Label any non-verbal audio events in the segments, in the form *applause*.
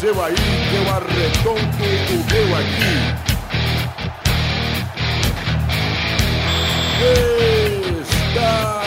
seu aí, que eu arredonto o meu aqui. Está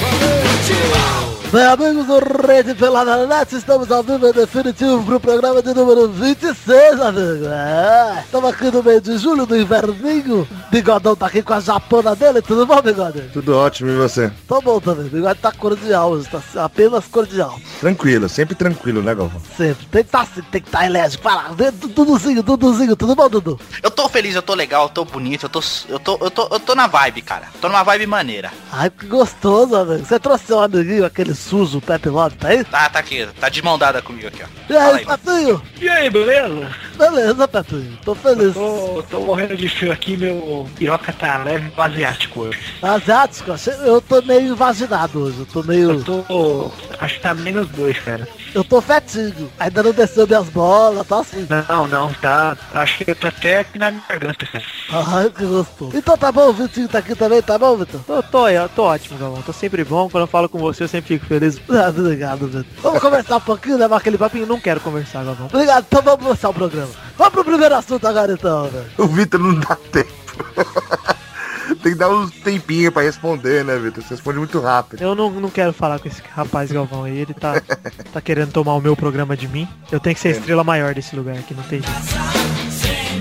valente! Bem, amigos do Rede Pelada Net, estamos ao vivo e definitivo pro programa de número 26, amigo. É. Estamos aqui no meio de julho, no inverninho. Bigodão tá aqui com a japona dele, tudo bom, Bigode? Tudo ótimo, e você? Tô bom também, Bigode tá cordial hoje, tá apenas cordial. Tranquilo, sempre tranquilo, né, Galvão? Sempre, tem que tá assim, tem que tá enérgico. Vai lá, vê, Du- Duduzinho, Duduzinho, tudo bom, Dudu? Eu tô feliz, eu tô legal, eu tô bonito, eu tô. Eu tô, eu tô, eu tô na vibe, cara. Tô numa vibe maneira. Ai, que gostoso, amigo. Você trouxe seu amiguinho, aquele sujo, Pepe Love, tá aí? Tá, tá aqui, tá de mão dada comigo aqui, ó. E É, Fala aí, aí, tá. Pepinho? E aí, beleza? Beleza, Pepinho, tô feliz. Tô, tô morrendo de frio aqui, meu piroca tá leve pro asiático hoje. Asiático, achei- eu tô meio vaginado hoje, eu tô meio... Eu tô. Acho que tá menos dois, cara. Eu tô fetinho, ainda não desceu minhas bolas, tá assim. Não, não, tá. Acho que eu tô até aqui na minha garganta, cara. Ai, que gostoso. Então tá bom, o Vitinho tá aqui também, tá bom, Vitor? Tô, tô, eu tô ótimo, Galvão. Tô sempre bom. Quando eu falo com você, eu sempre fico feliz. Ah, obrigado, Vitor. Vamos conversar um pouquinho, levar aquele papinho? Não quero conversar, Galvão. Obrigado, então vamos começar o programa. Vamos pro primeiro assunto agora então, velho. O Vitor não dá tempo. *laughs* Tem que dar uns tempinhos pra responder, né, Vitor? Você responde muito rápido. Eu não, não quero falar com esse rapaz Galvão aí. Ele tá, tá querendo tomar o meu programa de mim. Eu tenho que ser a estrela maior desse lugar aqui, não tem jeito.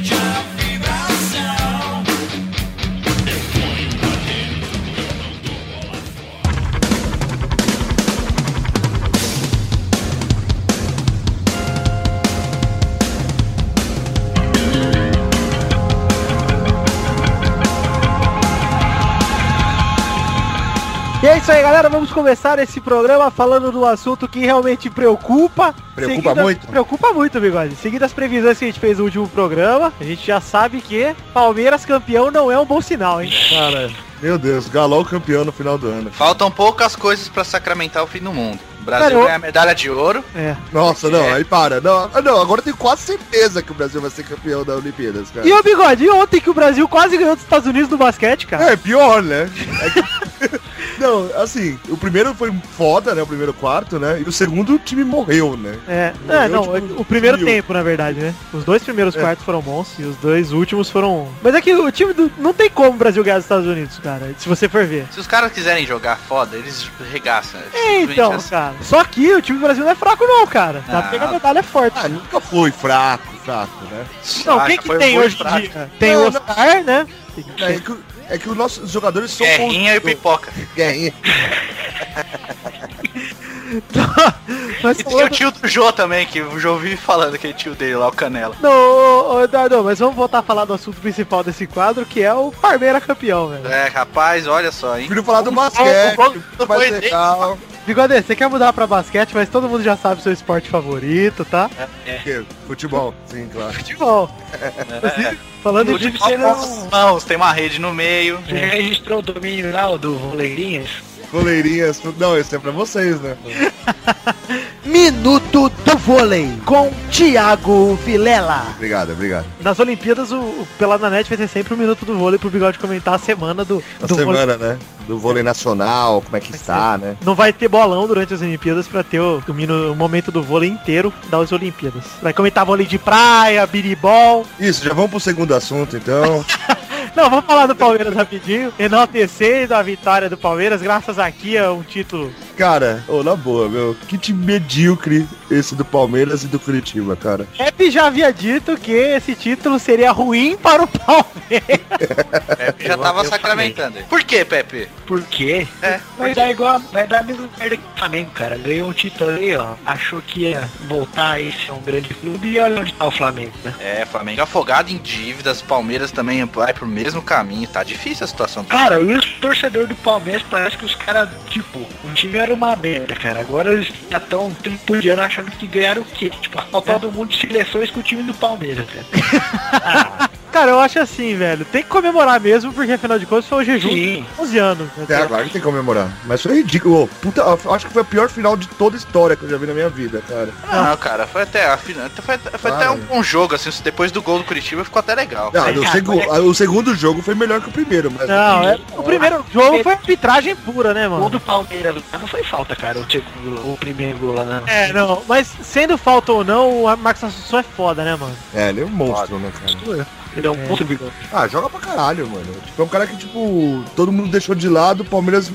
E é isso aí, galera. Vamos começar esse programa falando do assunto que realmente preocupa. Preocupa Seguindo- muito? Preocupa muito, Bigode. Seguindo as previsões que a gente fez no último programa, a gente já sabe que Palmeiras campeão não é um bom sinal, hein? Cara, meu Deus, Galol campeão no final do ano. Faltam poucas coisas pra sacramentar o fim do mundo. O Brasil Cara, eu- ganha a medalha de ouro. É. Nossa, não, aí para. Não, ah, não, agora eu tenho quase certeza que o Brasil vai ser campeão da Olimpíadas, cara. E o Bigode, e ontem que o Brasil quase ganhou dos Estados Unidos no basquete, cara? É, pior, né? É que- *laughs* não, assim, o primeiro foi foda, né? O primeiro quarto, né? E o segundo o time morreu, né? É, Eu, é, não, tipo, o primeiro frio. tempo, na verdade, né? Os dois primeiros É. quartos foram bons e os dois últimos foram. Mas é que o time do. Não tem como o Brasil ganhar dos Estados Unidos, cara, se você for ver. Se os caras quiserem jogar foda, eles regaçam. É É, simplesmente Então, assim. cara. Só que o time do Brasil não é fraco, não, cara. Dá pra Ah. pegar medalha é forte. Ah, nunca foi fraco, fraco, né? não, Ah, quem já que foi tem muito hoje em fraco. dia? Tem Não, o Oscar, né? É que, o- é que os nossos jogadores um são... Guerrinha e pipoca. Guerrinha. *laughs* Mas E tem o tio do Jô também, que eu já ouvi falando aquele tio dele lá, o Canela. Não, ô, ô, Eduardo, mas vamos voltar a falar do assunto principal desse quadro, que é o Parmeira campeão, velho. É, rapaz, olha só, hein? Prefiro falar do basquete, Não mais foi nem- legal. Bigode, você quer mudar pra basquete, mas todo mundo já sabe o seu esporte favorito, tá? Futebol, sim, claro. Futebol. É. Inclusive, falando em Futebol futebol, com as mãos, tem uma rede no meio. Você né? registrou o domínio lá o do Voleirinhas? Goleirinhas, fu- não, esse é pra vocês, né? Minuto do vôlei com Thiago Vilela. Obrigado, obrigado. nas Olimpíadas, o, o Pelada na Net vai ter sempre um minuto do vôlei pro Bigode comentar a semana do, A do vôlei. semana, né? Do vôlei nacional, como é que está, né? Não vai ter bolão durante as Olimpíadas pra ter o, o minu- o momento do vôlei inteiro das Olimpíadas. Vai comentar vôlei de praia, biribol. Isso, já vamos pro segundo assunto, então. *laughs* Não, vamos falar do Palmeiras rapidinho. Enaltecendo a vitória do Palmeiras, graças aqui a um título. Cara, ô, na boa, meu, que time medíocre esse do Palmeiras e do Curitiba, cara. Pepe já havia dito que esse título seria ruim para o *laughs* Palmeiras. Pepe já É, Eu- tava eu sacramentando. aí. Por que, Pepe? Por quê? É. Vai dar igual, vai dar a mesma merda que o Flamengo, cara. Ganhou um título aí, ó. Achou que ia voltar aí ser um grande clube e olha onde tá o Flamengo, né? É, Flamengo afogado em dívidas, Palmeiras também vai pro mesmo caminho, tá difícil a situação. Cara, e os torcedor do Palmeiras parece que os caras, tipo, o time era uma merda, cara. Agora eles já estão tripudiando achando que ganharam o quê? Tipo, a Copa do Mundo de Seleções com o time do Palmeiras, cara. Ah, *laughs* cara, eu acho assim, velho. Tem que comemorar mesmo, porque afinal de contas foi o jejum Sim. de 11 anos. né, É, cara? claro que tem que comemorar. Mas foi ridículo. Ô, Puta, eu acho que foi a pior final de toda a história que eu já vi na minha vida, cara. Não, cara, foi até a final. Foi, foi até Ah, um bom jogo, assim. Depois do gol do Curitiba ficou até legal. Não, o, segu- ah, o segundo jogo foi melhor que o primeiro, mas. assim, é Não, é- o primeiro jogo foi arbitragem pura, né, O gol mano? do Palmeiras lá não foi falta, cara. O, segundo- o primeiro gol lá, né? não. É, não, mas sendo falta ou não, o Marcos Assunção é foda, né, mano? É, ele é um monstro, né, cara? Ele deu um ponto de gol. Ah, joga pra caralho, mano. Tipo, é um cara que, tipo, todo mundo deixou de lado, o Palmeiras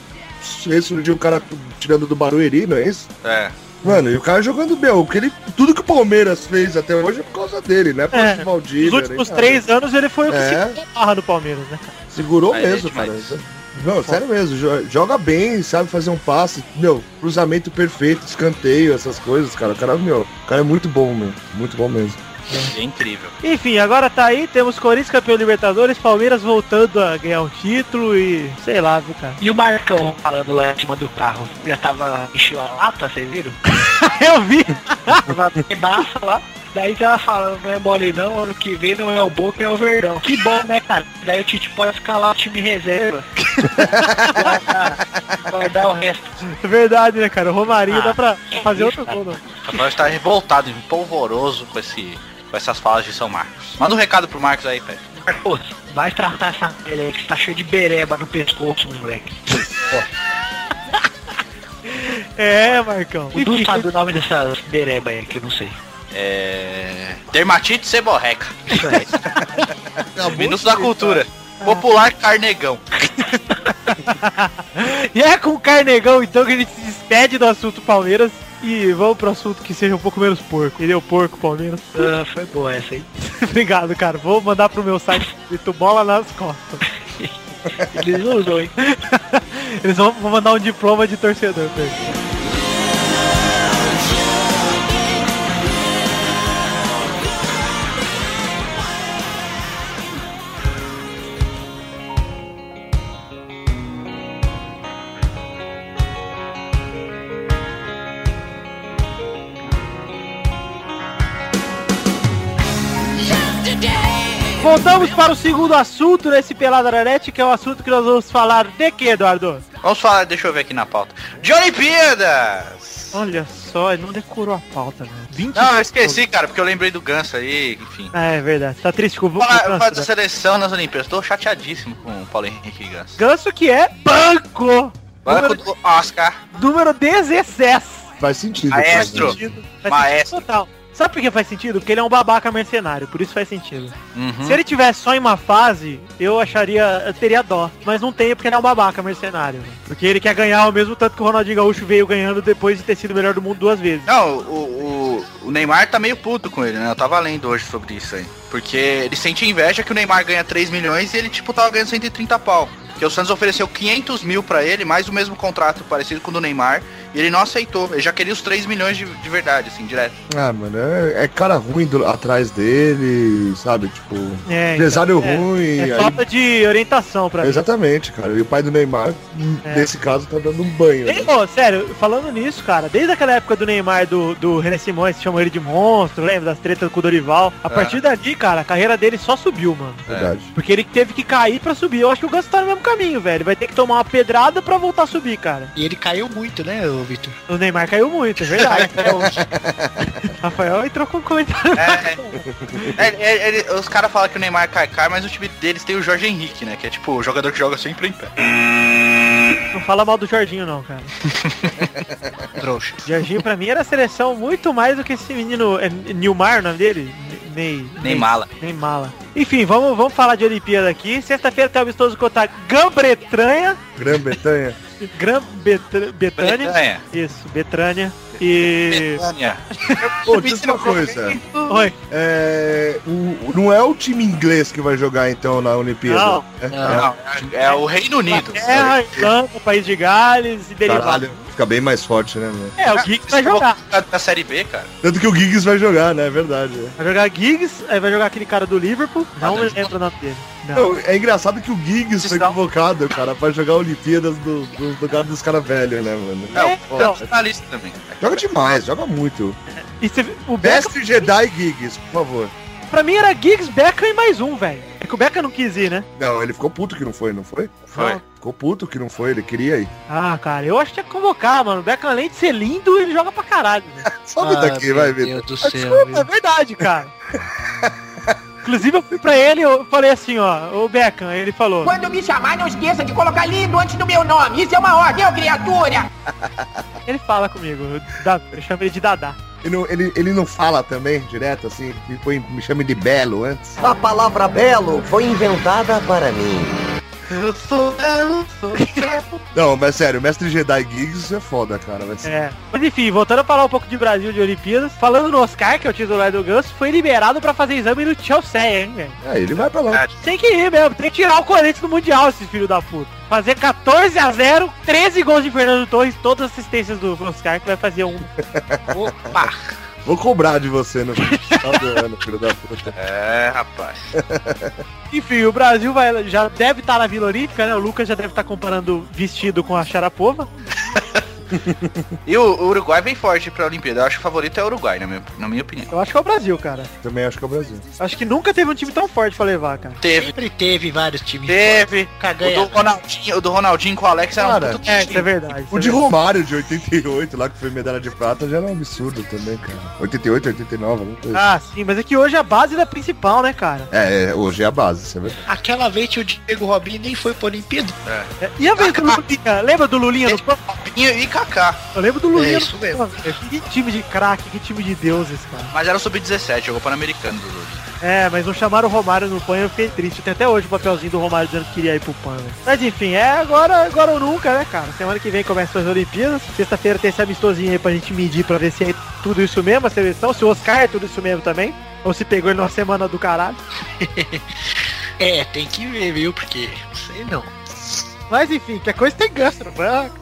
ressurgiu o cara tirando do Barueri, não é isso? É. Mano, e o cara jogando meu, que ele, tudo que o Palmeiras fez até hoje é por causa dele, né? Por causa É, do Valdívia, Nos últimos né, cara? três anos ele foi o que É. segurou a barra do Palmeiras, né? cara? Segurou Aí é mesmo, cara. demais. Não, sério mesmo, jo- joga bem, sabe fazer um passe, meu, cruzamento perfeito, escanteio, essas coisas, cara. O cara, meu, o cara é muito bom, meu. Muito bom mesmo. É incrível. Enfim, agora tá aí, temos Corinthians campeão Libertadores, Palmeiras voltando a ganhar um título e sei lá, viu, cara? E o Marcão falando lá em cima do carro. Já tava encheu a lata, vocês viram? *laughs* Eu vi! Tava pedaço *laughs* lá. Daí tava falando, não é mole não, ano que vem não é o Boca, é o Verdão. Que bom, né, cara? Daí o Tite pode ficar lá o time *laughs* reserva. guardar, guardar o resto. Verdade, né, cara? O Romarinho Ah, dá pra que fazer isso, outro cara. gol, não. Agora está revoltado, empolvoroso com esse. Com essas falas de São Marcos. Manda um recado pro Marcos aí, Pepe. Marcos, vai tratar essa pele aí que você tá cheio de bereba no pescoço, moleque. É, Marcão. O Du sabe o nome dessas bereba aí, que eu não sei. É. Dermatite seborreca. *laughs* Minutos da de- cultura. Popular carnegão. E é com o Carnegão, então, que a gente se despede do assunto Palmeiras e vamos pro assunto que seja um pouco menos porco. Entendeu? Porco, Palmeiras. Ah, foi boa essa aí. *laughs* Obrigado, cara. Vou mandar pro meu site de tu bola nas costas. Ele não usou, hein? *laughs* Eles vão, vão mandar um diploma de torcedor pra ele. Voltamos para o segundo assunto nesse Pelada na Net, que é o assunto que nós vamos falar de que, Eduardo? Vamos falar, deixa eu ver aqui na pauta. De Olimpíadas! Olha só, ele não decorou a pauta, né? velho. 20 Não, eu esqueci, cara, porque eu lembrei do Ganso aí, enfim. Ah, é verdade. Tá triste com o Falar Ganso, falar da né? seleção nas Olimpíadas. Tô chateadíssimo com o Paulo Henrique Ganso. Ganso que é banco. Banco número, do Oscar, número 16. Faz sentido. Maestro. cara. Sentido. Faz maestro. sentido total. Sabe por que faz sentido? Porque ele é um babaca mercenário, por isso faz sentido. Uhum. Se ele tivesse só em uma fase, eu acharia, eu teria dó. Mas não tem porque ele é um babaca mercenário. né? Porque ele quer ganhar o mesmo tanto que o Ronaldinho Gaúcho veio ganhando depois de ter sido o melhor do mundo duas vezes. Não, o, o, o Neymar tá meio puto com ele, né? Eu tava lendo hoje sobre isso aí. Porque ele sente inveja que o Neymar ganha 3 milhões e ele, tipo, tava ganhando 130 pau. Porque o Santos ofereceu 500 mil pra ele, mais o mesmo contrato parecido com o do Neymar, e ele não aceitou. Ele já queria os 3 milhões de, de verdade, assim, direto. Ah, mano, é, é cara ruim do- atrás dele, sabe? Tipo, É, empresário então, é- ruim. É aí- falta de orientação pra mim. Exatamente, cara. E o pai do Neymar, É. nesse caso, tá dando um banho. né? Ei, ô, sério, falando nisso, cara, desde aquela época do Neymar, do, do René Simões, que chamou ele de monstro, lembra das tretas com o Dorival? A É. partir dali, cara, a carreira dele só subiu, mano. Verdade. Porque ele teve que cair pra subir. Eu acho que o Ganso tá no mesmo caminho, velho. Vai ter que tomar uma pedrada pra voltar a subir, cara. E ele caiu muito, né, ô Vitor? O Neymar caiu muito, é verdade. *laughs* Rafael entrou com um comentário. É, é, é, ele- os caras falam que o Neymar cai, cai, mas o time deles tem o Jorge Henrique, né? Que é tipo o jogador que joga sempre em pé. Não fala mal do Jorginho, *laughs* não, cara. Trouxa. Jorginho, pra mim, era seleção muito mais do que esse menino... É, Nilmar, o nome dele? Ney... Nem mala. Nem mala. Enfim, vamos, vamos falar de Olimpíada aqui. Sexta-feira tem o amistoso contra a Grã-Bretanha. *laughs* Grã-Bretanha. Grã-Betânia. Bretanha. Isso, Betânia. E. Bretanha. Pô, diz uma coisa. Oi. É, o- não é o time inglês que vai jogar, então, na Olimpíada. Não. É, Não, é é o Reino Unido. Inglaterra, Irlanda, País de Gales e derivado. Caralho, fica bem mais forte, né, mano? É, o Giggs vai jogar. Da, da Série B, cara. Tanto que o Giggs vai jogar, né? É verdade. né? Vai jogar Giggs, aí vai jogar aquele cara do Liverpool. Não Ah, me não. lembro o nome dele. Não. Não, é engraçado que o Giggs foi Estão. convocado, cara, pra jogar a Olimpíadas do, do lugar dos caras velhos, né, mano? É, É, o não. jornalista também. É, Joga demais, joga muito. E você- o Beckham, Mestre Jedi Giggs, por favor. pra mim era Giggs, Beckham e mais um, velho. que o Beca não quis ir, né? Não, ele ficou puto que não foi, não foi? Foi. Não. Ficou puto que não foi, ele queria ir. Ah, cara, eu acho que tinha que convocar, mano. O Beca, além de ser lindo, ele joga pra caralho. Né? Sobe daqui, vai, Meu Vitor. Deus do Ah, céu. Desculpa, é viu? verdade, cara. *laughs* Inclusive, eu fui pra ele eu falei assim, ó, o Beckham, ele falou, Quando me chamar, não esqueça de colocar lindo antes do meu nome. Isso é uma ordem, ô criatura! ele fala comigo, eu, Dá- eu chamo ele de Dadá. Ele não, ele, ele não fala também, direto, assim, me, põe, me chame de Belo antes. A palavra belo foi inventada para mim. Eu sou eu sou. Não, mas sério, Mestre Jedi Geeks é foda, cara. Vai ser. É. Mas enfim, voltando a falar um pouco de Brasil de Olimpíadas, falando no Oscar, que é o titular do Ganso, foi liberado pra fazer exame no Chelsea, hein, velho. Aí É, ele vai pra lá. Tem que ir mesmo, tem que tirar o Corinthians do Mundial, esse filho da puta. Fazer 14 a 0 13 gols de Fernando Torres, todas as assistências do Oscar, que vai fazer um. Opa! Vou cobrar de você *laughs* no final do ano, filho da puta. É, rapaz. Enfim, o Brasil vai, já deve estar na Vila Olímpica, né? O Lucas já deve estar comparando vestido com a Sharapova. E o o Uruguai vem forte pra Olimpíada. Eu acho que o favorito é o Uruguai, na minha, na minha opinião. Eu acho que é o Brasil, cara. Também acho que é o Brasil. Acho que nunca teve um time tão forte pra levar, cara. Teve, Sempre teve vários times. teve. O do Caganha. Ronaldinho, o do Ronaldinho com o Alex era Cara, um puto É, time. isso é verdade. isso O é de verdade. Romário, de 88, lá que foi medalha de prata, já era um absurdo também, cara. 88, 89, alguma coisa. Ah, sim, mas é que hoje a base da principal, né, cara? É, é, hoje é a base, você vê. Aquela vez que o Diego Robinho nem foi pra Olimpíada. É, E a vez do Lulinha? Lembra do Lulinha no campo? Pinho e Kaká. Eu lembro do É Lulinha isso no mesmo. campo. Que time de craque, que time de deuses, cara. Mas era o sub-17, jogou Pan-Americano do Lula. É, mas não chamaram o Romário no PAN e eu fiquei triste. Tem até hoje o papelzinho do Romário dizendo que queria ir pro PAN. né? Mas enfim, é agora, agora ou nunca, né, cara? Semana que vem começam as Olimpíadas. Sexta-feira tem esse amistosinho aí pra gente medir pra ver se é tudo isso mesmo a seleção, se o Oscar é tudo isso mesmo também. Ou se pegou ele numa semana do caralho. *laughs* É, tem que ver, viu? Porque, não sei não. Mas enfim, que coisa tem né? ganso no banco.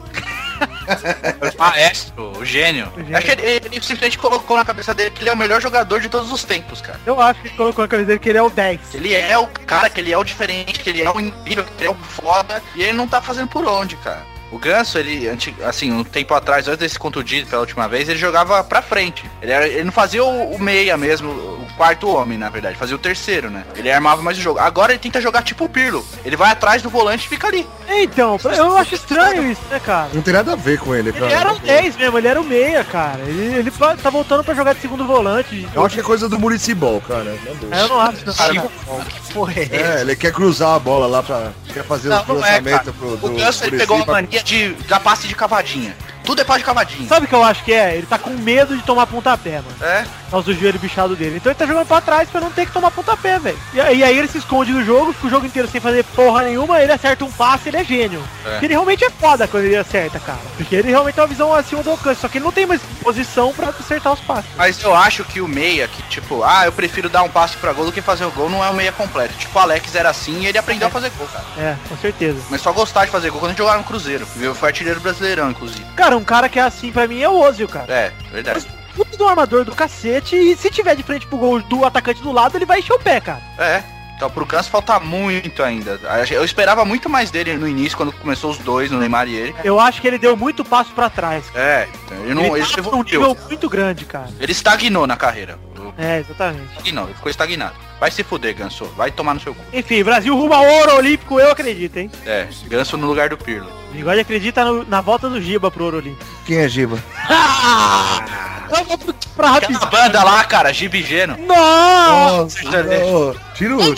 O Maestro, o gênio. gênio. Acho É que ele, ele simplesmente colocou na cabeça dele que ele é o melhor jogador de todos os tempos, cara. Eu acho que ele colocou a camiseta que ele é o 10. Que Ele é o cara, que ele é o diferente, que ele é o incrível, que ele é o foda. E ele não tá fazendo por onde, cara. O Ganso, ele, anti- assim, um tempo atrás, antes desse contundido pela última vez, ele jogava pra frente. Ele, era- ele não fazia o, o meia mesmo, o quarto homem, na verdade. Fazia o terceiro, né? Ele armava mais o jogo. Agora ele tenta jogar tipo o Pirlo. Ele vai atrás do volante e fica ali. Então, eu acho estranho isso, né, cara? Não tem nada a ver com ele, cara. Ele era um 10 mesmo, ele era um meia, cara. Ele, ele pa- tá voltando pra jogar de segundo volante. Eu acho que é coisa do Muricibol, cara. É, eu não acho, não. Cara, Que porra é essa? É, ele quer cruzar a bola lá pra. Quer fazer Não, os não é, cara. lançamentos pro. O Ganso, ele pegou uma mania de dar passe de cavadinha. Tudo é passe de cavadinha. Sabe o que eu acho que é? Ele tá com medo de tomar pontapé, mano. É. Por causa do joelho bichado dele. Então ele tá jogando pra trás pra não ter que tomar pontapé, velho. E aí, e aí ele se esconde do jogo, fica o jogo inteiro sem fazer porra nenhuma, ele acerta um passe, ele é gênio. É. Porque ele realmente é foda quando ele acerta, cara. Porque ele realmente tem uma visão acima do alcance, só que ele não tem mais posição pra acertar os passes. Mas eu acho que o meia, que tipo, ah, eu prefiro dar um passe pra gol do que fazer o gol, não é o meia completo. Tipo, o Alex era assim e ele aprendeu a fazer gol, cara. É, com certeza. Mas só gostar de fazer gol quando a gente jogava no Cruzeiro, viu? Foi artilheiro brasileirão, inclusive. Cara, um cara que é assim pra mim é o Ozil, cara. É, verdade. puta do armador do cacete e se tiver de frente pro gol do atacante do lado, ele vai encher o pé, cara. É. Então pro Ganso falta muito ainda. Eu esperava muito mais dele no início, quando começou os dois, no Neymar e ele. Eu acho que ele deu muito passo pra trás. cara. É, então, ele não. Ele, ele tá num nível evoluiu. muito grande, cara. ele estagnou na carreira. O- É, exatamente. Estagnou, ele ficou estagnado. Vai se fuder, Ganso. Vai tomar no seu cu. Enfim, Brasil rumo ao ouro olímpico, eu acredito, hein? É, Ganso no lugar do Pirlo. Bigode acredita no- na volta do Giba pro ouro olímpico. Quem é Giba? Eu vou pro- pra Aquela rapidinho. banda lá, cara, Gibigeno. Não! Nossa, ô, tira o. Tira o,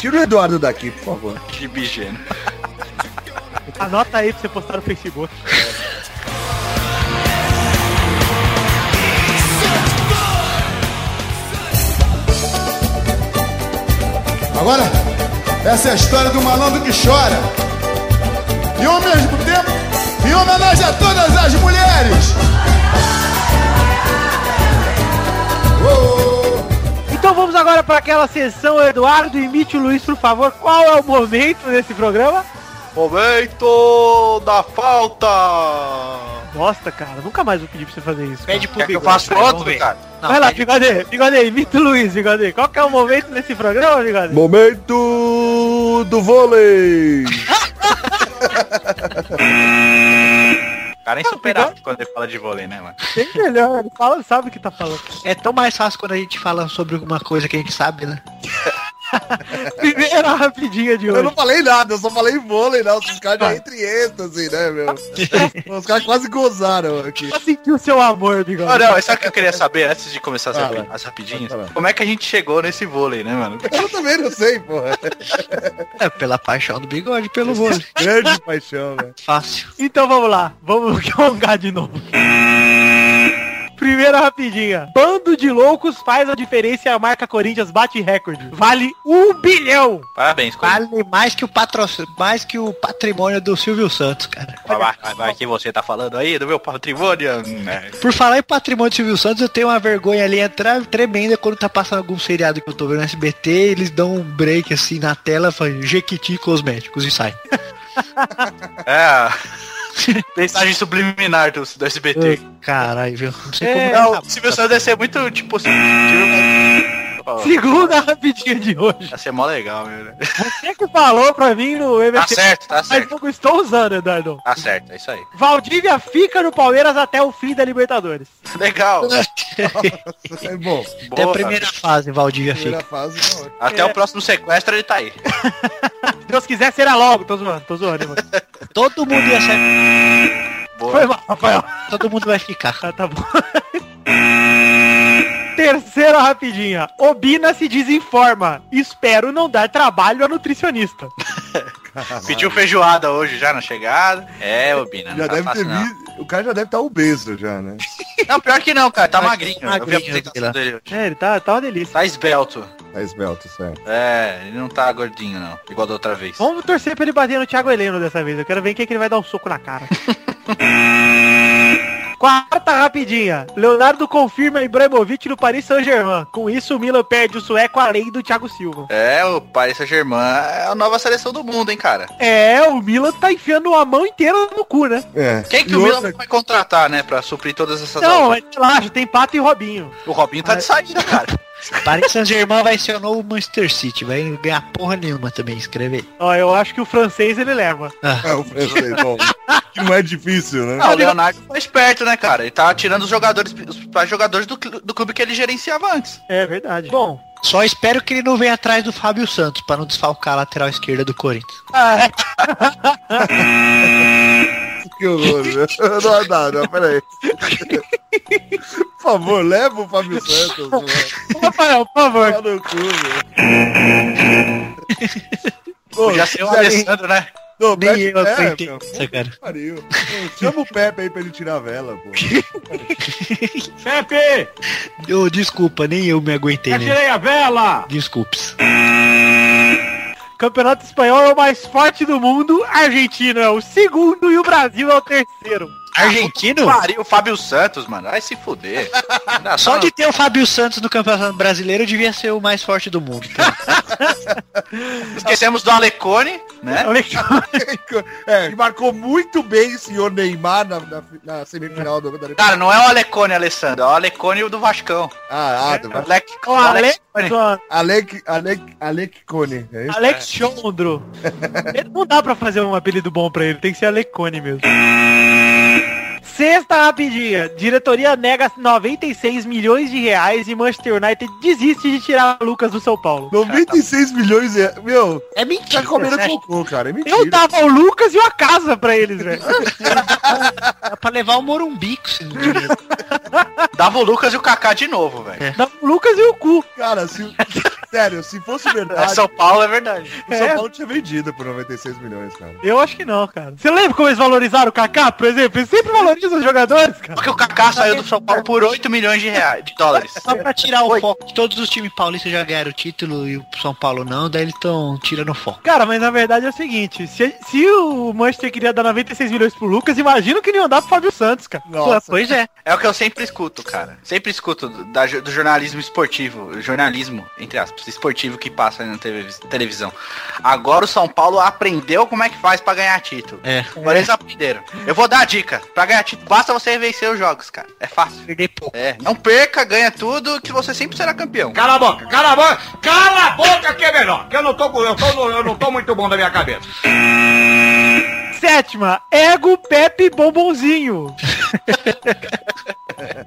tira o Eduardo daqui, por favor. Gibigeno. Anota aí pra você postar no Facebook. Agora, essa é a história do malandro que chora. E ao mesmo tempo, em homenagem a todas as mulheres. Oh, Então vamos agora pra aquela sessão, Eduardo, imite o Luiz, por favor. Qual é o momento desse programa? Momento da falta! Bosta, cara. Nunca mais vou pedir pra você fazer isso. cara. Pede pro Quer que eu Bigode, faça vai, outro, vamos ver. cara? Não, Vai lá, pede- Bigode, Bigode, imita o Luiz, Bigode. Qual que é o momento desse programa, Bigode? Momento do vôlei! O cara é insuperável quando ele fala de vôlei, né, mano? Bem melhor, ele fala, sabe o que tá falando. É tão mais fácil quando a gente fala sobre alguma coisa que a gente sabe, né? Primeira rapidinha de hoje. Eu não falei nada, eu só falei vôlei, não. Os caras já entram e entram, assim, né, meu? Os caras quase gozaram aqui. Pra sentir o seu amor, bigode. Não, não, é só que eu queria saber, antes de começar as, Ah, rapi- vai. as rapidinhas, Vai, vai. como é que a gente chegou nesse vôlei, né, mano? Eu também não sei, porra. É pela paixão do bigode, pelo vôlei. Grande paixão, *laughs* né? Fácil. Então vamos lá, vamos *laughs* alongar de novo. Primeira rapidinha. Bando de loucos faz a diferença e a marca Corinthians bate recorde. Vale um bilhão. Parabéns, Corinthians. Vale mais que o patrocínio, mais que o patrimônio do Silvio Santos, cara. Vai, vai, vai, vai, que você tá falando aí do meu patrimônio? Hum, é. Por falar em patrimônio do Silvio Santos, eu tenho uma vergonha ali entrar tremenda quando tá passando algum seriado que eu tô vendo no SBT, eles dão um break assim na tela, fazem Jequiti Cosméticos e sai. *laughs* É. Mensagem subliminar do, do SBT. Caralho, viu? Não sei É, como. É, Não, o Silvio Santos deve ser muito, tipo, subjetivo. Segunda rapidinha de hoje. Vai ser mó legal, meu. né? Você que falou pra mim no Tá MSN, certo, tá mas certo. não estou usando, Eduardo. Tá certo, é isso aí. Valdívia fica no Palmeiras até o fim da Libertadores. *laughs* Legal. É bom. Até a Boa. primeira fase, Valdívia fica. Primeira fase, tá ótimo. Até o próximo sequestro ele tá aí. Se Deus quiser, será logo. Tô zoando, tô zoando. irmão. Todo mundo ia sair, Foi Boa. né, mal, Rafael. todo mundo vai ficar. Ah, tá bom. *laughs* Terceira rapidinha. Obina se desinforma. Espero não dar trabalho a nutricionista. Pediu feijoada hoje já na chegada. É, ô Bina. Já não tá deve fácil, ter não. visto. O cara já deve estar obeso já, né? Não, pior que não, cara. Tá Tá magrinho. Eu vi a magrinho, sei lá. apresentação dele hoje. É, ele tá, tá uma delícia. Tá esbelto. Tá esbelto, certo. É, ele não tá gordinho, não. Igual da outra vez. Vamos torcer pra ele bater no Thiago Heleno dessa vez. Eu quero ver quem que ele vai dar um soco na cara. Quarta rapidinha. Leonardo confirma Ibrahimovic no Paris Saint-Germain. Com isso, o Milan perde o sueco além do Thiago Silva. É, o Paris Saint-Germain é a nova seleção do mundo, hein, cara. É, o Milan tá enfiando a mão inteira no cu, né? É. Quem que E o Milan outra- vai contratar, né, pra suprir todas essas Não, ausências? mas relaxa, tem Pato e Robinho. O Robinho tá de saída, *laughs* cara. Paris Saint-Germain vai ser o novo Manchester City, vai ganhar porra nenhuma também, escreve aí. Ó, eu acho que o francês ele leva. É, o francês, bom. Que não é difícil, né? Não, o Leonardo foi esperto, né, cara? Ele tá tirando os jogadores, os principais jogadores do, cl- do clube que ele gerenciava antes. É verdade. Bom, Só espero que ele não venha atrás do Fábio Santos pra não desfalcar a lateral esquerda do Corinthians. ah, é. Que horror, meu. *laughs* Não, não, não, peraí. Por favor, leva o Fábio Santos, mano. Rafael, por favor. Tá no cu, meu. Pô, Podia ser o já nem- Alessandro, né? Não, Nem pede- eu é, aceitei meu, essa, cara. pariu. Pô, Chama o Pepe aí pra ele tirar a vela, pô. Pepe, Ô, desculpa, nem eu me aguentei, já É né? tirei a vela! Desculpes. Campeonato espanhol é o mais forte do mundo, a Argentina é o segundo e o Brasil é o terceiro. Argentino? Ah, Pariu, o Fábio Santos, mano. Vai se *laughs* fuder. Ainda Só tá de ter o Fábio Santos no campeonato brasileiro devia ser o mais forte do mundo. tá? no- Esquecemos do Alecone, né? Olha que- É, que marcou muito bem o senhor Neymar na, na, na semifinal do... da- Cara, não é o Alecone, Alessandro. É o Alecone do Vascão. Ah, ah, do... É o Alec... O Alex, Alecone. Alec, Alec, Alec Cone, é Ah, isso? Alex Chondro. *laughs* Ele- Não dá pra fazer um apelido bom pra ele, tem que ser Alecone mesmo. Sexta rapidinha. Diretoria nega 96 milhões de reais e Manchester United desiste de tirar Lucas do São Paulo. 96 milhões de... Meu, tá É tá mentira. comendo né? cocô, cara. É mentira. Eu dava o Lucas e uma casa pra *laughs* eles, velho. Dá pra levar o Morumbi com esse dinheiro. Dava o Lucas e o Kaká de novo, velho. Dava o Lucas e o cu. Cara, se... *laughs* Sério, se fosse É, verdade, São Paulo é verdade. o São Paulo tinha vendido por 96 milhões, cara. Eu acho que não, cara. Você lembra como eles valorizaram o Kaká, por exemplo? Eles sempre valorizam os jogadores, cara. Porque o Kaká saiu do São Paulo por 8 milhões de reais, de dólares. Só pra tirar o foco. Todos os times paulistas já ganharam o título e o São Paulo não, daí eles estão tirando o foco. Cara, mas na verdade é o seguinte, se, se o Manchester queria dar 96 milhões pro Lucas, imagina o que iriam dar pro Fábio Santos, cara. Nossa. Pô, Pois é. É o que eu sempre escuto, cara. Sempre escuto do, da- do jornalismo esportivo. Jornalismo, entre aspas, esportivo que passa na TV televisão. Agora o São Paulo aprendeu como é que faz pra ganhar título. É. Agora eles aprenderam. Eu vou dar a dica. Pra ganhar título, basta você vencer os jogos, cara. É fácil. Perder pouco. É, não perca, ganha tudo, que você sempre será campeão. Cala a boca, cala a boca, cala a boca que é melhor. Que eu não tô, com- eu tô, no- eu não tô muito bom da minha cabeça. Sétima, Ego Pepe Bombonzinho.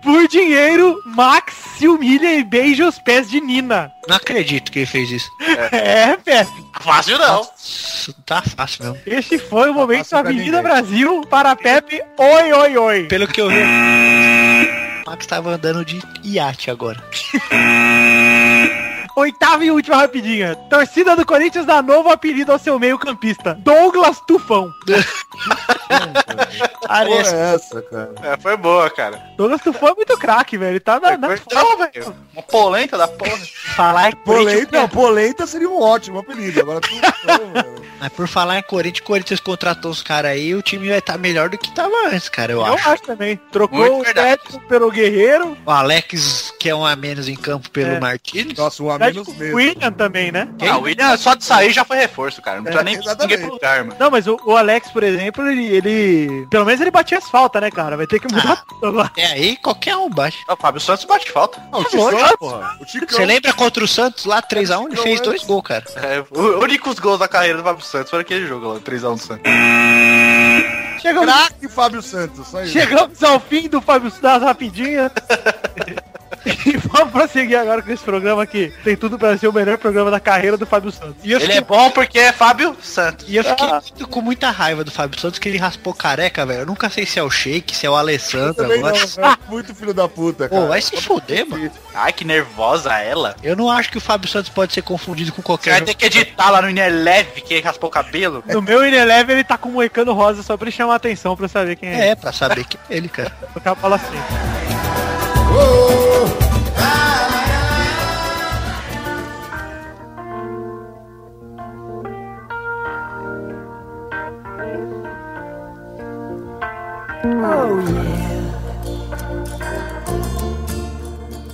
Por dinheiro, Max se humilha e beija os pés de Nina. Não acredito que ele fez isso. É, Pepe. Fácil não. Isso não tá fácil mesmo. Este foi o momento pra da Avenida ninguém. Brasil para Pepe. Oi, oi, oi. Pelo que eu vi, o Max tava andando de iate agora. Oitava e última rapidinha. Torcida do Corinthians dá novo apelido ao seu meio-campista. Douglas Tufão. Porra Parece. é essa, cara? É, foi boa, cara. Douglas Tufão é muito craque, velho. Ele tá na, na Não, velho. Uma polenta da porra. falar que Corinthians é Polenta, não, polenta seria um ótimo apelido. Agora tu. mano. Mas por falar em Corinthians, o Corinthians contratou os caras aí, o time vai estar melhor do que tava antes, cara, eu Eu acho. acho também. Trocou Muito o verdade. Tético pelo Guerreiro. O Alex, que é um a menos em campo pelo É. Martins. Nossa, um a menos Tético mesmo. é tipo William também, né? Ah, o William só de sair já foi reforço, cara. Não precisa nem exatamente. ninguém pro lugar, mano. Não, mas o, o Alex, por exemplo, ele, ele- Pelo menos ele batia as faltas, né, cara? Vai ter que mudar *laughs* tudo agora. É aí, qualquer um bate. Ah, O Fábio Santos bate falta. Não, o Ticão, porra. O Ticão. Você lembra contra o Santos lá 3x1? Ele fez dois gols, cara. É, o único os gols da carreira do Fábio Santos foi aquele jogo lá, 3x1 do Santos. É, Chegamos, Craque Fábio Santos. Só isso. chegamos ao fim do Fábio *laughs* das Rapidinhas. E vamos prosseguir agora com esse programa que tem tudo pra ser o melhor programa da carreira do Fábio Santos. E eu Ele é bom porque é Fábio Santos. E eu fiquei muito- com muita raiva do Fábio Santos, que ele raspou careca, velho. Eu nunca sei se é o Sheik, se é o Alessandro Também não, agora. cara. Muito filho da puta, Pô, cara. vai se fuder, mano. Ai, que nervosa ela. Eu não acho que o Fábio Santos pode ser confundido com Você vai qualquer ter que editar lá no Ineleve, que raspou o cabelo. No meu Ineleve ele tá com o Moicano Rosa só pra ele chamar a atenção pra saber quem é. É, pra saber que é ele, cara. O cara fala assim.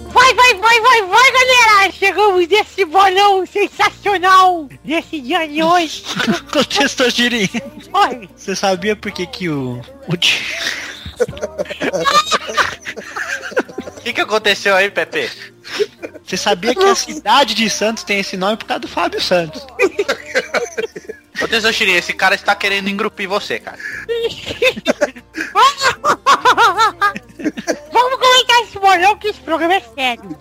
Vai, vai, vai, vai, vai, galera! Chegamos nesse bolão sensacional nesse dia de hoje. Contestou, Girinho. Oi, Você sabia por que que o... o Di- O que, que aconteceu aí, Pepe? Você sabia que a cidade de Santos tem esse nome por causa do Fábio Santos? Aconteceu, Xirinha, esse cara está querendo engrupir você, cara. *laughs* vamos comentar esse bolão que esse programa é sério.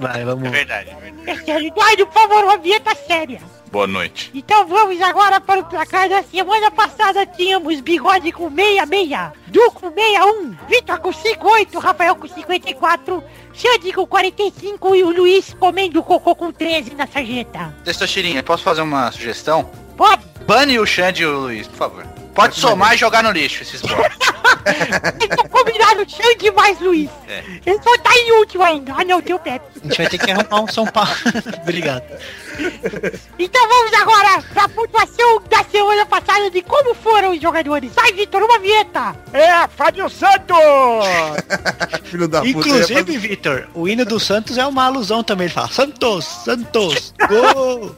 Vai, vamos. verdade, é verdade. É sério, Eduardo, por favor, uma vinheta séria. Boa noite. Então vamos agora para o placar da semana passada. Tínhamos Bigode com 66, Du com 61, Vitor com 58, Rafael com 54, Xande com 45 e o Luiz comendo cocô com 13 na sarjeta. Aconteceu, Xirinha, posso fazer uma sugestão? *laughs* Pode? Bane o Xande e o Luiz, por favor. Pode somar e jogar no lixo esses blocos. Então combinado, Xande mais Luiz. É. Ele só tá em último ainda. Ah não, tem o Pepe. A gente vai ter que arrumar um São Paulo. *laughs* Obrigado. Então vamos agora pra pontuação da semana passada de como foram os jogadores. Sai, Vitor, uma vinheta. É, Fábio Santos! Filho da Ah, puta. é ele Inclusive, Vitor, o hino do Santos é uma alusão também. Ele fala, Santos, Santos, *laughs* gol!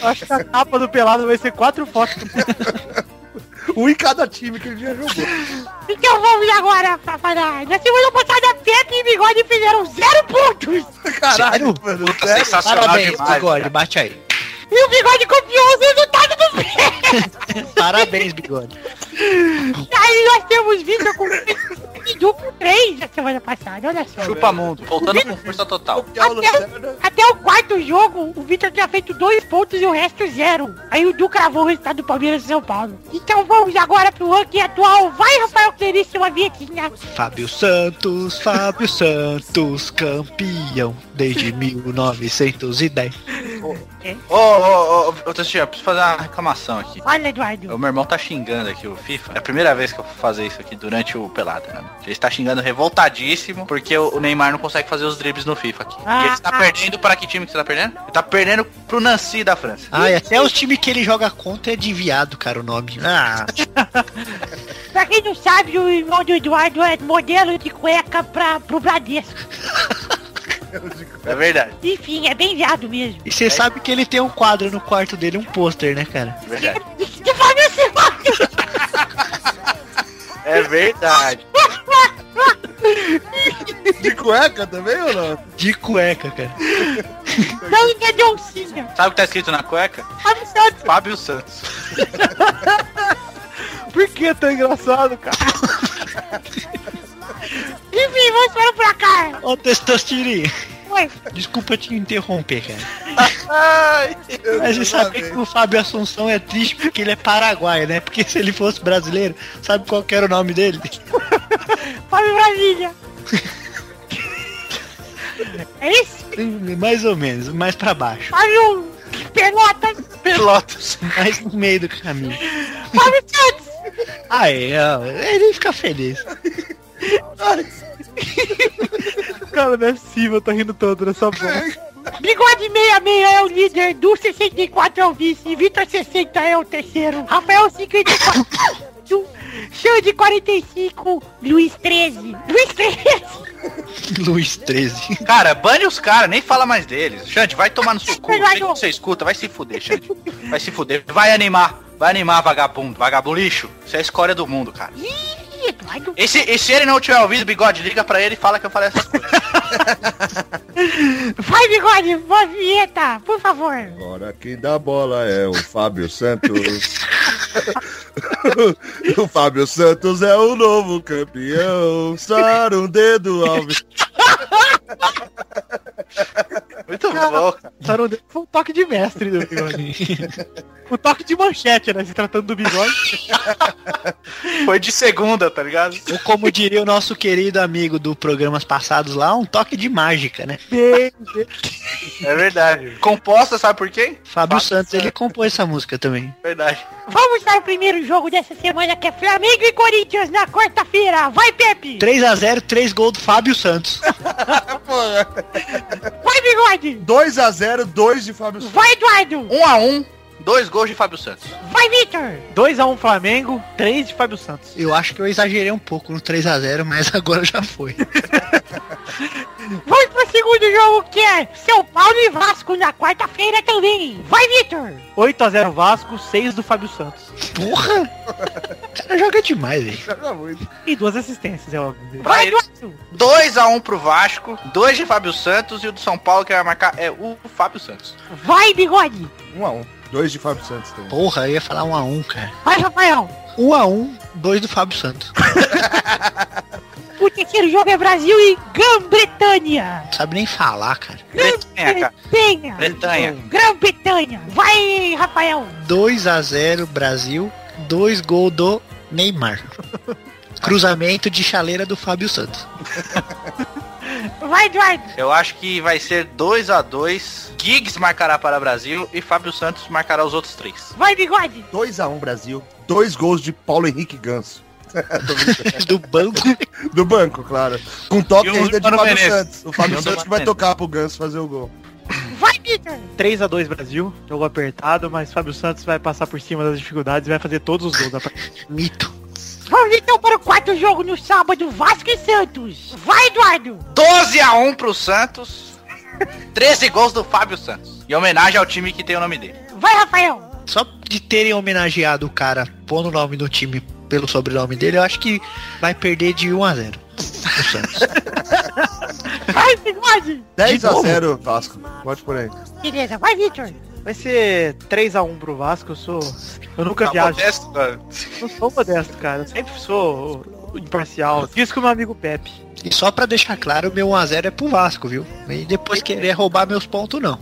Eu acho que a capa do pelado vai ser quatro fotos. ia fazer Um em cada time que ele já jogou. Então vamos agora pra falar. Na semana passada, Pepe e Bigode fizeram zero pontos. Caralho, mano. Puta, sensacional Parabéns, demais. bigode, bate aí. E o Bigode copiou os resultados do Pepe. Parabéns, bigode. Aí nós temos Vitor com e Du com 3 na semana passada, olha só. Chupa mundo, voltando com força total. Até, até o quarto jogo, o Vitor tinha feito dois pontos e o resto zero. Aí o Du cravou o resultado do Palmeiras e São Paulo. Então vamos agora pro ranking atual. Vai, Rafael Clarice, uma vinhetinha. Fábio Santos, Fábio Santos, campeão desde 1910. Ô, ô, ô, ô, Tostinha, eu preciso fazer uma reclamação aqui. Olha, Eduardo. O meu irmão tá xingando aqui o FIFA. É a primeira vez que eu vou fazer isso aqui durante o pelado, né? Ele está xingando revoltadíssimo porque o o Neymar não consegue fazer os dribles no FIFA aqui. E ele está Ah. perdendo para que time que você tá perdendo? Ele tá perdendo pro Nancy da França. Ai, até os times que ele joga contra é de viado, cara, o nome. Ah, Pra quem não sabe, o irmão do Eduardo é modelo de cueca pra, pro Bradesco. É verdade, Enfim, é bem viado mesmo. e É. você sabe que ele tem um quadro no quarto dele, um pôster, né, cara? é *laughs* verdade. Que família se assim, É verdade. De cueca também ou não? De cueca, cara. Não entendeu um cinza. Sabe o que tá escrito na cueca? Fábio Santos. Fábio Santos. Por que é tão engraçado, cara? Enfim, vamos para pra cá. Ô, Testostirinha. Oi. Desculpa te interromper, cara. Ai, Mas você sabe que o Fábio Assunção é triste porque ele é paraguaio, né? Porque se ele fosse brasileiro, sabe qual que era o nome dele? Fábio Brasília. É isso? Mais ou menos, mais pra baixo. Fábio Pelotas. Pelotas. Mais no meio do caminho. Fábio Santos. Ah, é, ó, ele fica feliz. Cara, não é possível, eu tô rindo todo nessa boca. Bigode 66 é o líder, Du 64 é o vice, Vitor 60 é o terceiro, Rafael 54, *coughs* Xande 45, Luiz 13. Luiz 13! Luiz 13. Cara, bane os caras, nem fala mais deles. Xande, vai tomar no seu cu. Sei que Você escuta, vai se fuder, Xande. Vai se fuder. Vai animar. Vai animar, vagabundo. Vagabundo lixo. Você é a escória do mundo, cara. Ih, Eduardo. E se, e se ele não tiver ouvido, bigode, liga pra ele e fala que eu falei essas coisas. Vai, Bigode, boa vinheta, por favor. Agora quem dá bola é o Fábio Santos. *laughs* o Fábio Santos é o novo campeão. Sar um dedo, Alves. *laughs* Muito bom. Sarundê foi um toque de mestre do bigode. O toque de manchete, né? Se tratando do bigode. Foi de segunda, tá ligado? Ou como diria o nosso querido amigo do programas passados lá, um toque de mágica, né? Bem, bem. É verdade. Composta, sabe por quem? Fábio Santos, ele compôs essa música também. Verdade. Vamos para o primeiro jogo dessa semana que é Flamengo e Corinthians na quarta-feira. Vai, Pepe! 3x0, 3 gols do Fábio Santos. Vai, Bigode! 2x0, 2 de Fábio Santos. Vai, Eduardo! 1 a 1 dois gols de Fábio Santos. Vai, Vitor! 2x1 Flamengo, 3 de Fábio Santos. Eu acho que eu exagerei um pouco no 3x0, mas *laughs* agora já foi. Vamos para o segundo jogo que é São Paulo e Vasco na quarta-feira também. Vai, Vitor! 8x0 Vasco, 6 do Fábio Santos. Porra! O cara joga demais, velho. Joga muito. E duas assistências, é óbvio. Vai, Vai, eles. Eduardo! 2 a 1 pro Vasco, dois de Fábio Santos e o do São Paulo que vai marcar é o Fábio Santos. Vai, Bigode! 1x1. 2 um. de Fábio Santos também. Porra, eu ia falar 1x1, cara. Vai, Rafael! 1x1, 2 do Fábio Santos. O terceiro jogo é Brasil e Grã-Bretanha. Não sabe nem falar, cara. Bretanha, cara. Grã-Bretanha. Bretanha. Grã-Bretanha. Vai, Rafael. 2x0 Brasil, 2 gols do Neymar. Cruzamento de chaleira do Fábio Santos. *laughs* Vai, Eduardo. Eu acho que vai ser 2 a 2 Giggs marcará para o Brasil e Fábio Santos marcará os outros três. Vai, Bigode. 2x1 Brasil. Dois gols de Paulo Henrique Ganso. Tô brincando. Do banco. Do banco, claro. Com toque E o ainda de Mano Fábio Menezes. Santos. O E Fábio o Santos Mano que vai Menezes. tocar pro Ganso fazer o gol. Vai, Vitor. 3x2 Brasil, jogo apertado, mas Fábio Santos vai passar por cima das dificuldades e vai fazer todos os gols da partida. Mito. Vamos então para o quarto jogo no sábado. Vasco e Santos. Vai, Eduardo. 12 a 1 pro Santos. 13 gols do Fábio Santos. Em homenagem ao time que tem o nome dele. Vai, Rafael. Só de terem homenageado o cara pondo o nome do time pelo sobrenome dele, eu acho que vai perder de 1x0. O Santos. Vai, Bigode. 10x0 Vasco. Pode por aí. Beleza. Vai, Vitor. Vai ser 3x1 pro Vasco, eu sou. Eu nunca Tá viajo. modesto, cara. Não sou modesto, cara. Eu sempre sou imparcial. Diz que o meu amigo Pepe. E só pra deixar claro, meu 1x0 é pro Vasco, viu? E depois querer roubar meus pontos, não.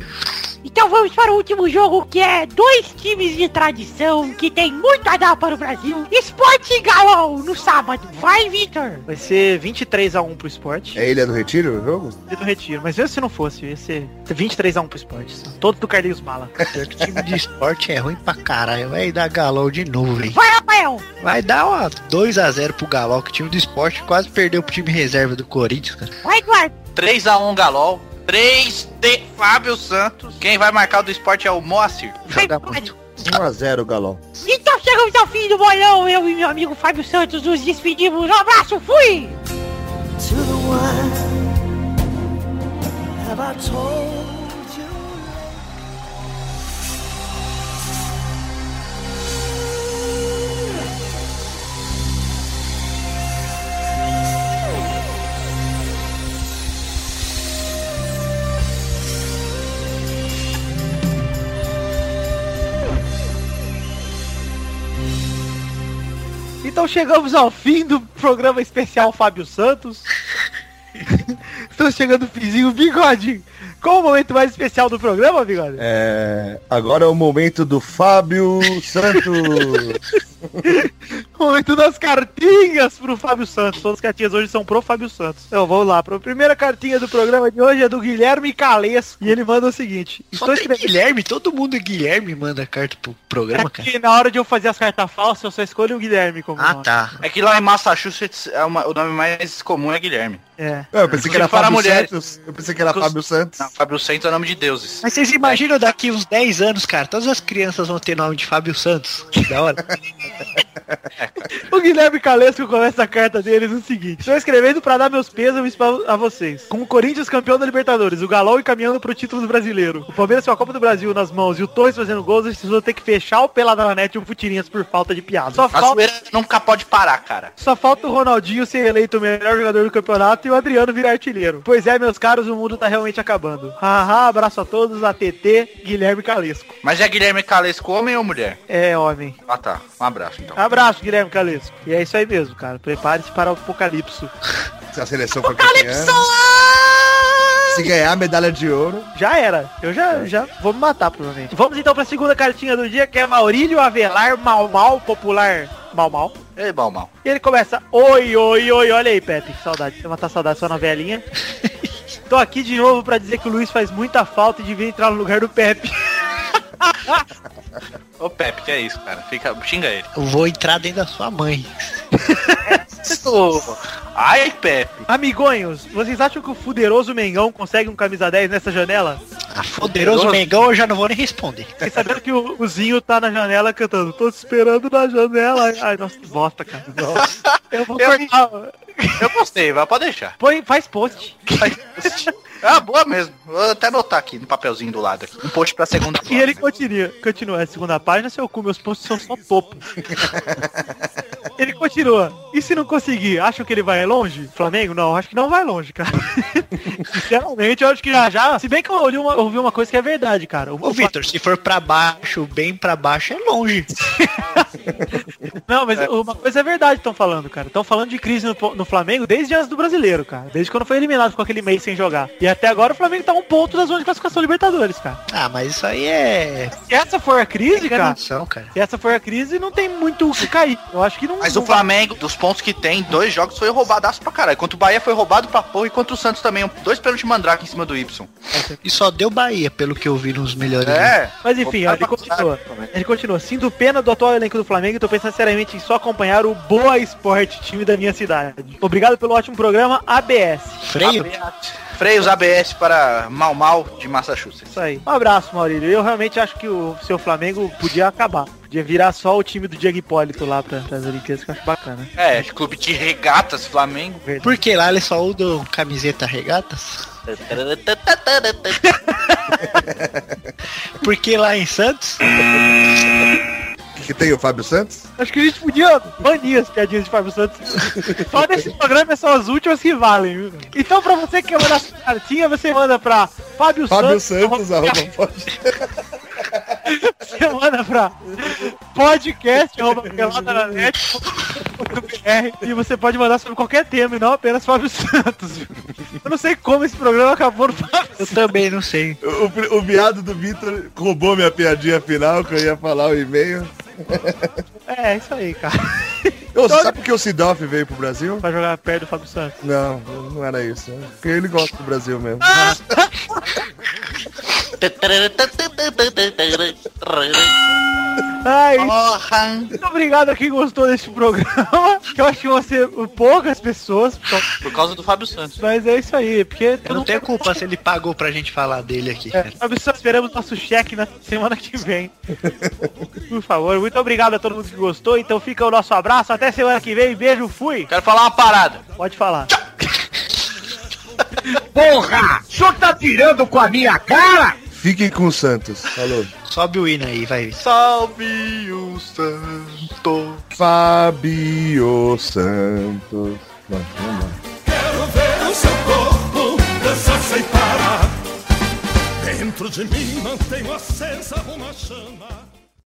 Então vamos para o último jogo que é dois times de tradição que tem muito a dar para o Brasil. Esporte Galol no sábado. Vai, Vitor. Vai ser 23x1 pro esporte. É Ilha do Retiro o jogo? E do retiro. Mas mesmo se não fosse, ia ser 23x1 pro esporte. só. Todo do Carlinhos Mala. *laughs* Pior que time de esporte é ruim pra caralho. Vai dar galão de novo, velho. Vai, Rafael. Vai dar uma 2x0 pro Galol, que o time do esporte quase perdeu pro time reserva do Corinthians, cara. Vai, Eduardo. 3 a 1 Galol. 3 de Fábio Santos. Quem vai marcar o do esporte é o Moacir. Joga Vai, muito. 1x0 Galão. Então chegamos ao fim do bolão. Eu e meu amigo Fábio Santos nos despedimos. Um abraço, fui! Então chegamos ao fim do programa especial Fábio Santos. Estamos chegando no finzinho, bigode. Qual o momento mais especial do programa, bigode? É, agora é o momento do Fábio Santos. Momento das cartinhas pro Fábio Santos. Todas as cartinhas hoje são pro Fábio Santos. Então vamos lá. A primeira cartinha do programa de hoje é do Guilherme Calesco. E ele manda o seguinte: Só tem Guilherme, todo mundo é Guilherme manda carta pro programa, cara. E É na hora de eu fazer as cartas falsas, eu só escolho o Guilherme como Ah, nome. tá. É que lá em Massachusetts é uma- o nome mais comum é Guilherme. É. Eu pensei que Inclusive era para Fábio mulheres. Santos. Eu pensei que era Fábio Santos. Não, Fábio Santos é nome de deuses. Mas vocês imaginam daqui uns 10 anos, cara, todas as crianças vão ter nome de Fábio Santos. Que da hora. O Guilherme Calesco começa a carta deles no seguinte: Estou escrevendo para dar meus pêsames pra, a vocês. Com o Corinthians campeão da Libertadores, o Galol encaminhando pro título do brasileiro, o Palmeiras com a Copa do Brasil nas mãos e o Torres fazendo gols, a gente precisou ter que fechar o Peladranet e o Futirinhas por falta de piada. Só A falta. zoeira nunca pode parar, cara. Só falta o Ronaldinho ser eleito o melhor jogador do campeonato e o Adriano virar artilheiro. Pois é, meus caros, o mundo tá realmente acabando. Haha, abraço a todos, ATT, Guilherme Calesco. Mas é Guilherme Calesco homem ou mulher? É, homem. Ah tá, um abraço então. Abraço, Guilherme Calesco. E é isso aí mesmo, cara. Prepare-se para o apocalipso. Se a seleção for campeã. Se ganhar a medalha de ouro. Já era. Eu já, já vou me matar, provavelmente. É. Vamos então pra segunda cartinha do dia, que é Maurílio Avelar Mal Mal Popular Mal Mal. Ei, mal, mal. E ele começa, oi, oi, oi, olha aí, Pepe, que saudade. Você matar saudade só na velhinha. *laughs* Tô aqui de novo pra dizer que o Luiz faz muita falta e devia entrar no lugar do *laughs* Pepe. Ô Pepe, que é isso, cara? Fica, xinga ele. Eu vou entrar dentro da sua mãe. Ai, Pepe. Amigonhos, vocês acham que o fuderoso Mengão consegue um camisa 10 nessa janela? Ah, poderoso Mengão, eu já não vou nem responder. Fiquei sabendo que o, o Zinho tá na janela cantando, tô te esperando na janela. Ai, nossa, que bosta, *laughs* cara. Eu vou cortar. Eu gostei, vai, pode deixar. Põe, faz post. Ah, boa mesmo. Vou até anotar aqui no papelzinho do lado aqui. Um post pra segunda E ele continua, continua. é A segunda página, seu cu, meus posts são só topo. ele continua. E se não conseguir, acham que ele vai longe? Flamengo? Não, acho que não vai longe, cara. *laughs* Sinceramente, eu acho que já já. Se bem que eu ouvi uma, ouvi uma coisa que é verdade, cara. O- Ô, Vitor, se for pra baixo, bem pra baixo, é longe. Não, mas uma coisa é verdade, estão falando, cara. Estão falando de crise no, po- no Flamengo desde antes do brasileiro, cara. Desde quando foi eliminado com aquele mês sem jogar. E até agora o Flamengo tá um ponto da zona de classificação Libertadores, cara. Ah, mas isso aí é... Se essa for a É crise, cara. Enganação, cara. Se essa for a crise, não tem muito o que cair. Eu acho que não. Mas não o Flamengo, dos pontos que tem, dois jogos foi roubadaço pra caralho. Enquanto o Bahia foi roubado pra porra e contra o Santos também. um- Dois pênaltis mandrake em cima do Y. E só deu Bahia, pelo que eu vi nos melhores. É. Mas enfim, ó, ele continua. Ele continua. Sinto pena do atual elenco do Flamengo e tô pensando seriamente em só acompanhar o Boa Esporte, time da minha cidade. Obrigado pelo ótimo programa, ABS. Freio? Freios ABS para Mal Mal de Massachusetts. Isso aí. Um abraço, Maurílio. Eu realmente acho que o seu Flamengo podia acabar. Podia virar só o time do Diego Hipólito lá pra, pras Olimpíadas, que eu acho bacana. É, clube de regatas Flamengo. Porque lá eles só usam camiseta *laughs* regatas. Porque lá em Santos, O que, que tem o Fábio Santos? Acho que a gente podia banir as piadinhas de Fábio *laughs* Santos. Só nesse programa são as últimas que valem, viu? Então pra você que quer mandar sua cartinha, você manda pra Fábio, Fábio Santos Santos, arroba pode. *laughs* Você manda pra podcast.peladananet.br e você pode mandar sobre qualquer tema e não apenas Fábio Santos. viu? Eu não sei como esse programa acabou no Fábio eu Santos. também não sei. O, o miado do Vitor roubou minha piadinha final, que eu ia falar o e-mail. É, isso aí, cara. Ô, você sabe por que o Sidoff veio pro Brasil? Pra jogar perto do Fábio Santos. Não, não era isso. né? Porque ele gosta do Brasil mesmo. Ai, Porra! muito obrigado a quem gostou deste programa. *laughs* Que eu acho que vão ser poucas pessoas, então, Por causa do Fábio Santos. mas é isso aí. Porque Eu não tenho culpa se ele pagou pra gente falar dele aqui. É, Fábio Santos, esperamos nosso cheque na semana que vem. Por favor, muito obrigado a todo mundo que gostou. Então fica o nosso abraço. Até semana que vem. Beijo, fui. Quero falar uma parada. Pode falar. Porra! O senhor tá tirando com a minha cara? Fiquem com o Santos. Falou. Sobe o hino aí, vai. Salve o santo. Fábio Santos. Vai, vamos lá. Quero ver o seu corpo dançar sem parar. Dentro de mim mantenho acesa uma chama.